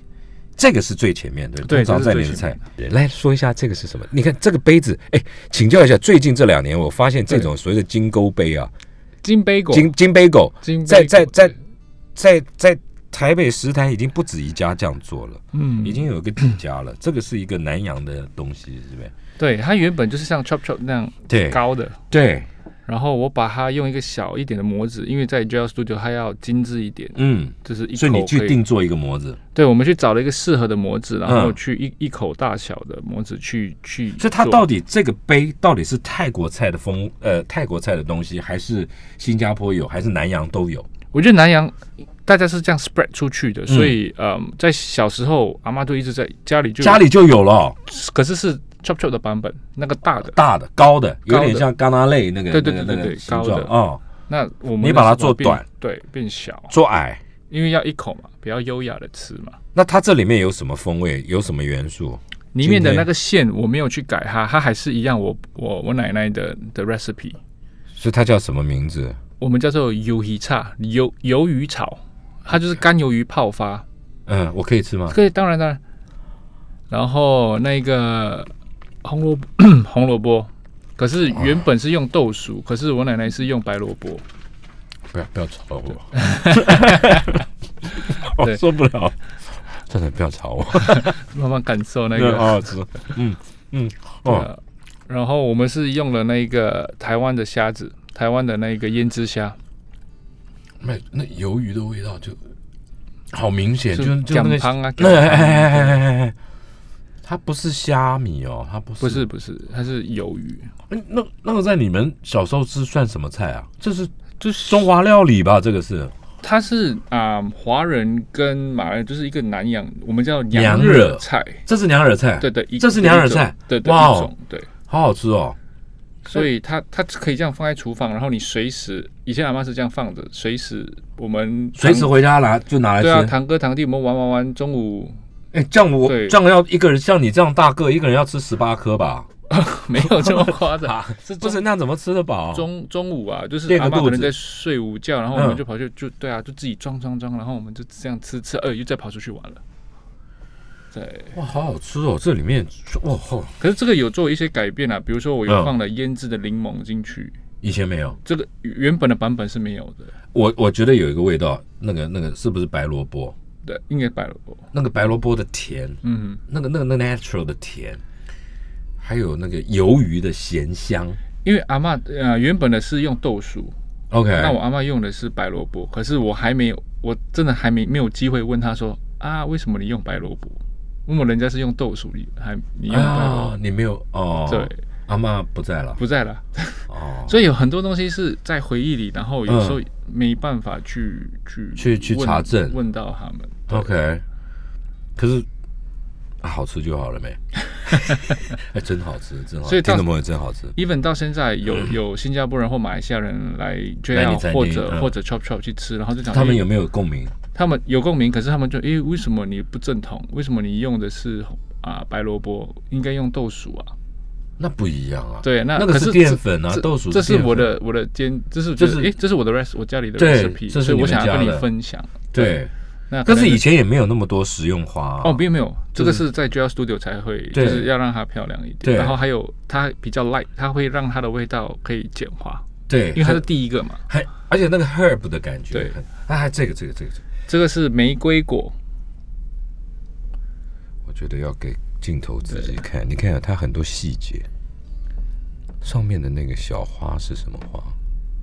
这个是最前面的，对通常这在是你最的菜，来说一下这个是什么？你看这个杯子，哎，请教一下，最近这两年我发现这种所谓的金钩杯啊，金杯狗，金金杯狗，金在杯在狗在在在台北食坛已经不止一家这样做了。嗯已经有个底家 [COUGHS] 了，这个是一个南洋的东西，是不是？对，它原本就是像 chop chop 那样对高的，对，然后我把它用一个小一点的模子，因为在 JL Studio 它要精致一点，嗯，就是一口所以你可去定做一个模子，对，我们去找了一个适合的模子，然后嗯去一、一口大小的模子去去做。所以它到底这个杯到底是泰国菜的风，呃，泰国菜的东西，还是新加坡有，还是南洋都有？我觉得南洋大家是这样 spread 出去的，所以嗯，在小时候阿妈都一直在家里就有家，里就有了，可是是 chop chop 的版本，那个大的。大的、高的，有高的点像戛纳类那个对对那个对对那个对形高状的哦，那我们你把它那时做候变短，对，变小，做矮。因为要一口嘛，比较优雅的吃嘛。那它这里面有什么风味？有什么元素？里面的那个馅我没有去改它，它还是一样我我我奶奶的的 recipe，所以它叫什么名字？我们叫做鱿鱼叉鱿鱿鱼炒，它就是干鱿鱼泡发，嗯，我可以吃吗？可以当然当然。然后那个红萝卜 [COUGHS] 红萝卜，可是原本是用豆薯，可是我奶奶是用白萝卜。不要不要吵 [LAUGHS] 我，对我哦受不了，真的不要 [LAUGHS] 吵我。慢慢感受那那 [LAUGHS] 个好好吃，嗯嗯哦，呃，然后我们是用了那个台湾的虾子，台湾的那个胭脂虾，那那鱿鱼的味道就好明显，就就酱那个汤啊，那哎哎哎哎哎，哎哎，它不是虾米哦，它不是不是不是，它是鱿鱼，哎那那个在你们小时候吃算什么菜啊？这是就是中华料理吧？这个是它是啊华人跟马来就是一个南洋，我们叫娘惹惹菜，这是娘惹菜，对对，一这是娘惹菜，对对哇一哦种对。好好吃哦。所以它它可以这样放在厨房，然后你随时以前阿妈是这样放着，随时我们随时回家拿就拿来对啊，吃。堂哥堂弟我们玩玩玩，[LAUGHS] 中午哎，这样我对这样要一个人像你这样大个，一个人要吃十八颗吧？啊没有这么夸张， [LAUGHS] 是不中是，那怎么吃得饱？中中午啊，就是垫个阿妈肚可能子在睡午觉，然后我嗯们就跑去、就对啊，就自己装装装，然后我们就这样吃吃，呃，又再跑出去玩了。对，哇，好好吃哦！这里面哇，哦可是这个有做一些改变啊，比如说我有嗯放了腌制的柠檬进去，以前没有。这个原本的版本是没有的。我我觉得有一个味道，那个那个是不是白萝卜？对，应该白萝卜。那个白萝卜的甜，嗯，那个那个那个 natural 的甜，还有那个鱿鱼的咸香。因为阿妈呃原本的是用豆薯， OK，那我阿妈用的是白萝卜，可是我还没有，我真的还没没有机会问她说啊，为什么你用白萝卜？问我人家是用豆薯，你还你用白萝啊，你没有哦？卜？对，，阿妈不在了不在了。哦，所以有很多东西是在回忆里，然后有时候没办法去、去去去问查证问到他们。 OK，可是、啊好吃就好了 [LAUGHS] 没？哎，真好吃，真好吃，所以到听众朋友真好吃。 even 到现在有有新加坡人或马来西亚人来 JL 嗯你餐厅或者、嗯或者 Chop Chop 去吃，然后就讲他们有诶没有共鸣？他们有共鸣，可是他们就诶、为什么你不正统？为什么你用的是啊白萝卜？应该用豆薯啊？那不一样啊。，对，那那个可是是淀这粉啊这豆薯这是是淀我粉的我的煎，这是这就是是诶、这是我的 recipe，我家里的对 recipe，这是所以你我们想要跟家你的分享。对。那可但是能以前也没有那么多食用花、啊、哦，并没有，这个就是是在 JL Studio 才会，就对是要让它漂亮一点。对然后还有它比较 light，它会让它的味道可以简化，对，因为它是第一个嘛。还而且那个 herb 的感觉，对很，啊，这个这个这个这个，这个是玫瑰果，我觉得要给镜头自己看，你看、啊、它很多细节，上面的那个小花是什么花？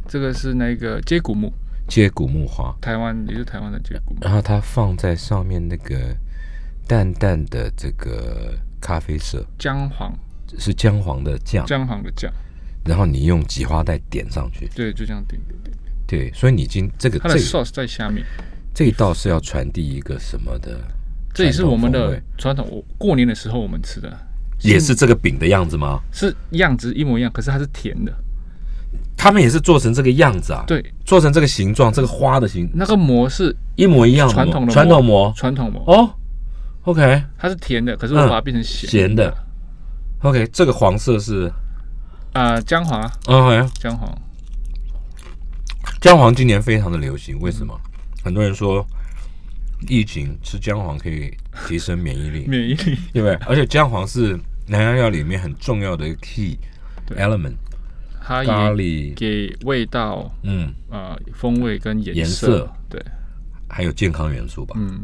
这个是那个接骨木，接骨木花，台湾也是台湾的接骨木。然后它放在上面那个淡淡的这个咖啡色，姜黄，是姜黄的酱，姜黄的姜，然后你用挤花袋点上去，对，就这样点点点。对，所以你今这个它的这个 sauce 在下面，这一道是要传递一个什么的？这也是我传统们的风传统。我过年的时候我们吃的，也是这个饼的样子吗？是样子一模一样，可是它是甜的。他们也是做成这个样子啊，，对，做成这个形状，这个花的形那个膜是一模一样的传模统的传统膜传统膜，哦，OK 它是甜的，可是我嗯把它变成咸咸的。OK，这个黄色是啊，姜黄啊， OK，姜黄。姜黄今年非常的流行，为什么？很多人说疫情吃姜黄可以提升免疫力，免疫 [LAUGHS] 力。对不对？而且姜黄是南洋料理里面很重要的一个 key 对 element，咖它也喱，给味道、嗯，呃风味跟颜颜色。色对，还有健康元素吧。嗯，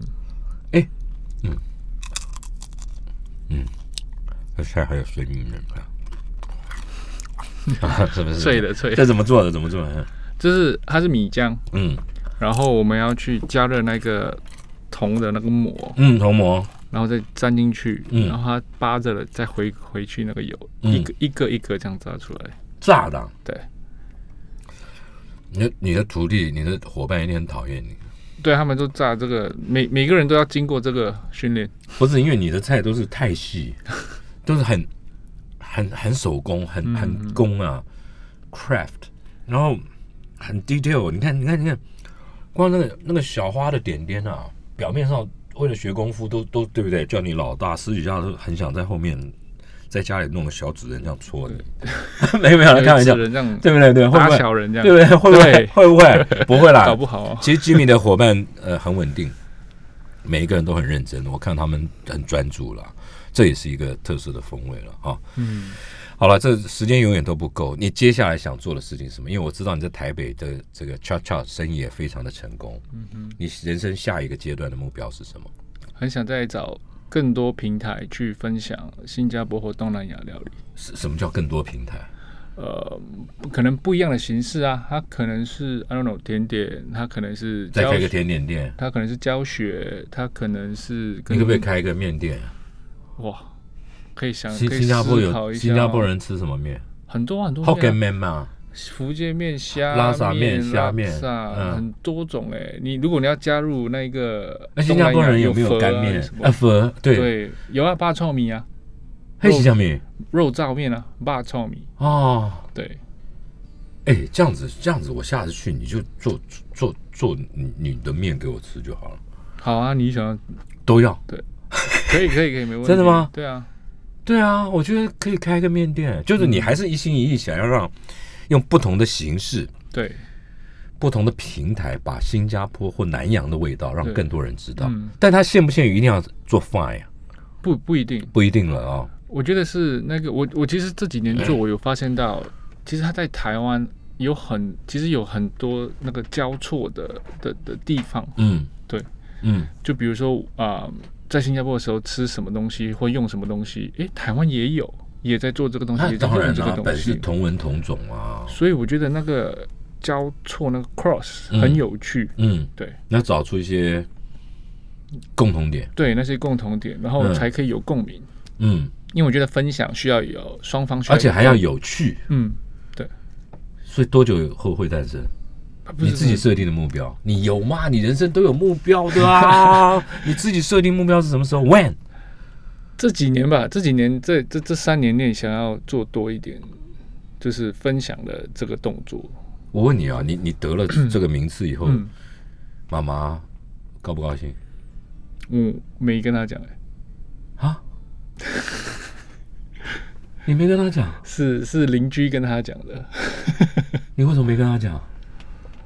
这菜还有水蜜人啊， [LAUGHS] 是不是？脆嗯的脆这的，怎么做的？怎么做的？就是它是米浆，嗯然后我们要去加热那个铜的那个膜，嗯，铜膜，然后再粘进去，嗯然后它扒着了，再回回去那个油，嗯一个一个一个这样炸出来。炸的啊。对，你的你的徒弟、你的伙伴一定很讨厌你，对他们都炸这个，每每个人都要经过这个训练。不是因为你的菜都是太 [LAUGHS] 细，都是很很很手工、嗯很很工啊，craft，然后很 detail。你看，你看，你看，光那个那个小花的点点啊，表面上为了学功夫都都对不对？叫你老大，私底下都很想在后面，在家里弄个小纸人这样戳你。 [LAUGHS] 没有没有，开玩笑有一，次人这样对不对？对，会不打会？小人这样，对不对？会不会对？会不会？不会啦，搞不好哦。 [LAUGHS] 其实吉米的伙伴呃很稳定，每一个人都很认真，我看他们很专注了，这也是一个特色的风味了哈。嗯，好了，这时间永远都不够，你接下来想做的事情是什么？因为我知道你在台北的这个 Cha Cha 生意也非常的成功，嗯哼，你人生下一个阶段的目标是什么？很想再找更多平台去分享新加坡或东南亚料理，是什么叫更多平台？呃，不可能不一样的形式啊，它可能是 I don't know 甜点，它可能是再教开一个学，甜点店，它可能是教学，它可能是你跟可不可以开一个面店？哇，可以想新可以新加坡思考有一下新加坡哦人吃什么面很多很多面啊？Hokkien 面嘛，福建面、虾拉萨面面、虾面拉萨嗯很多种哎、你如果你要加入那个，那新加坡人有没有干面什？么啊，粉对，对，有啊，八臭米啊，黑喜酱面肉燥面啊，八臭米。哦。对，哎，这样子，这样子，我下次去你就做做做你你的面给我吃就好了，好啊，你想要都要。可以可以可以，没问题。真的吗？对啊，对啊，我觉得可以开个面店，就是嗯你还是一心一意想要让用不同的形式、对，不同的平台，把新加坡或南洋的味道让对更多人知道。嗯但它限不限于一定要做 fine 啊？不不一定。不一定了啊、我觉得是那个，我我其实这几年做，我有发现到，其实他在台湾有很，其实有很多那个交错的的的地方。嗯，对，嗯，就比如说啊、在新加坡的时候吃什么东西或用什么东西，诶，台湾也有，也在做这个东西，那也在啊当用然这啦、个本东是西。同文同种啊。所以我觉得那个交错那个 cross 嗯很有趣，嗯，对，你要找出一些共同点。对那些共同点，然后嗯才可以有共鸣。嗯，因为我觉得分享需要有双方需要，而且还要有趣。嗯，所以多久后会诞生？啊不你是自己设定的目标，你有吗？你人生都有目标的 [LAUGHS] 啊！你自己设定目标是什么时候？When？这几年吧，这几年这这这三年内想要做多一点，就是分享的这个动作。我问你啊，你你得了这个名次以后，嗯，妈妈高不高兴嗯我没跟他讲、欸，啊？ [LAUGHS] 你没跟她讲，是是邻居跟他讲的。 [LAUGHS] 你为什么没跟她讲？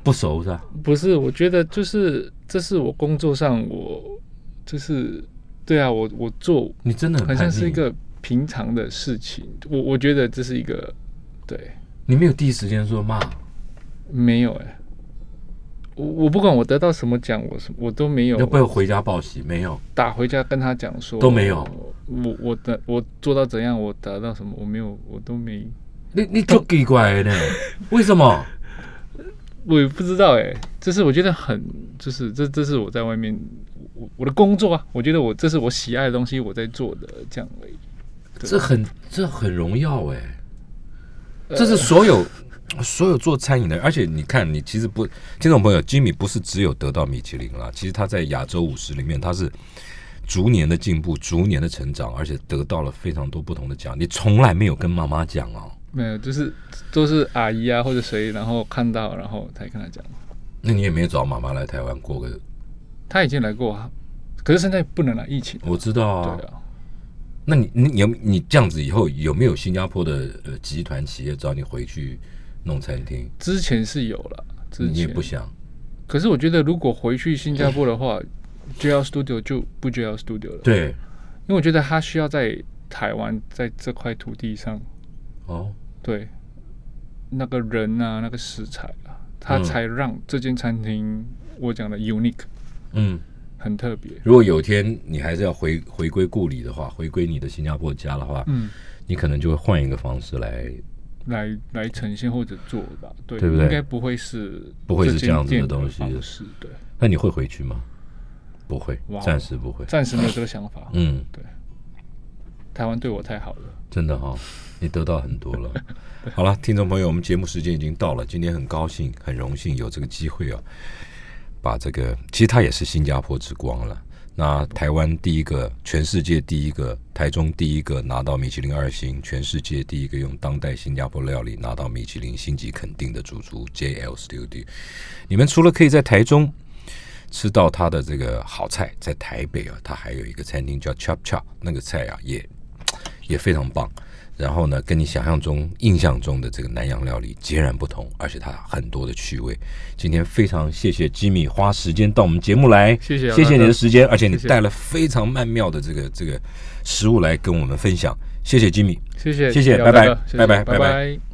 不熟是吧？不是，我觉得就是这是我工作上我就是对啊，我我做你真的很好叛像逆是一，个平常的事情，我我觉得这是一个对你没有第一时间说妈，没有哎、我我不管我得到什么奖，我什我都没有要不要回家报喜？没有，打回家跟他讲说都没有，我我的我做到怎样，我达到什么，我没有，我都没，你你就奇怪呢？为什么？我也不知道哎、这是我觉得很就是这这是我在外面我我的工作啊，我觉得我这是我喜爱的东西，我在做的这样而已。这很这很荣耀哎、呃这是所有、所有做餐饮的，而且你看，你其实不，听众朋友，吉米不是只有得到米其林啦，其实他在亚洲五十里面，他是逐年的进步，逐年的成长，而且得到了非常多不同的奖。你从来没有跟妈妈讲哦，没有，就是都是阿姨啊或者谁，然后看到，然后才跟他讲。那你也没有找妈妈来台湾过个，他以前来过啊，可是现在不能来，疫情。我知道对啊。啊，那你你你有你这样子以后有没有新加坡的呃集团企业找你回去弄餐厅？之前是有了，之你也前不。想，可是我觉得如果回去新加坡的话 [LAUGHS] ，JL Studio 就不 JL Studio 了，对因为我觉得他需要在台湾在这块土地上，哦，对那个人啊，那个食材啊，他嗯才让这间餐厅我讲的 unique 嗯。很特别。如果有天你还是要回回归故里的话，回归你的新加坡家的话，嗯，你可能就会换一个方式来，来来呈现或者做吧，对，对不对应该不会是不会是间这样子的店东西方式对，那你会回去吗？不会哇，暂时不会。暂时没有这个想法。嗯，台湾对我太好了，真的哈、你得到很多了。好了，听众朋友，我们节目时间已经到了，今天很高兴，很荣幸有这个机会啊，把这个其实它也是新加坡之光了。那台湾第一个，全世界第一个，台中第一个拿到米其林二星，全世界第一个用当代新加坡料理拿到米其林星级肯定的主厨 JL Studio。你们除了可以在台中吃到他的这个好菜，在台北啊，他还有一个餐厅叫 Chop Chop，那个菜啊也也非常棒。然后呢，跟你想象中、印象中的这个南洋料理截然不同，而且它很多的趣味。今天非常谢谢吉米花时间到我们节目来，谢谢谢谢你的时间，而且你谢谢带了非常曼妙的这个这个食物来跟我们分享，谢谢吉米。谢谢，谢谢聊拜拜到这谢谢拜拜拜拜拜拜。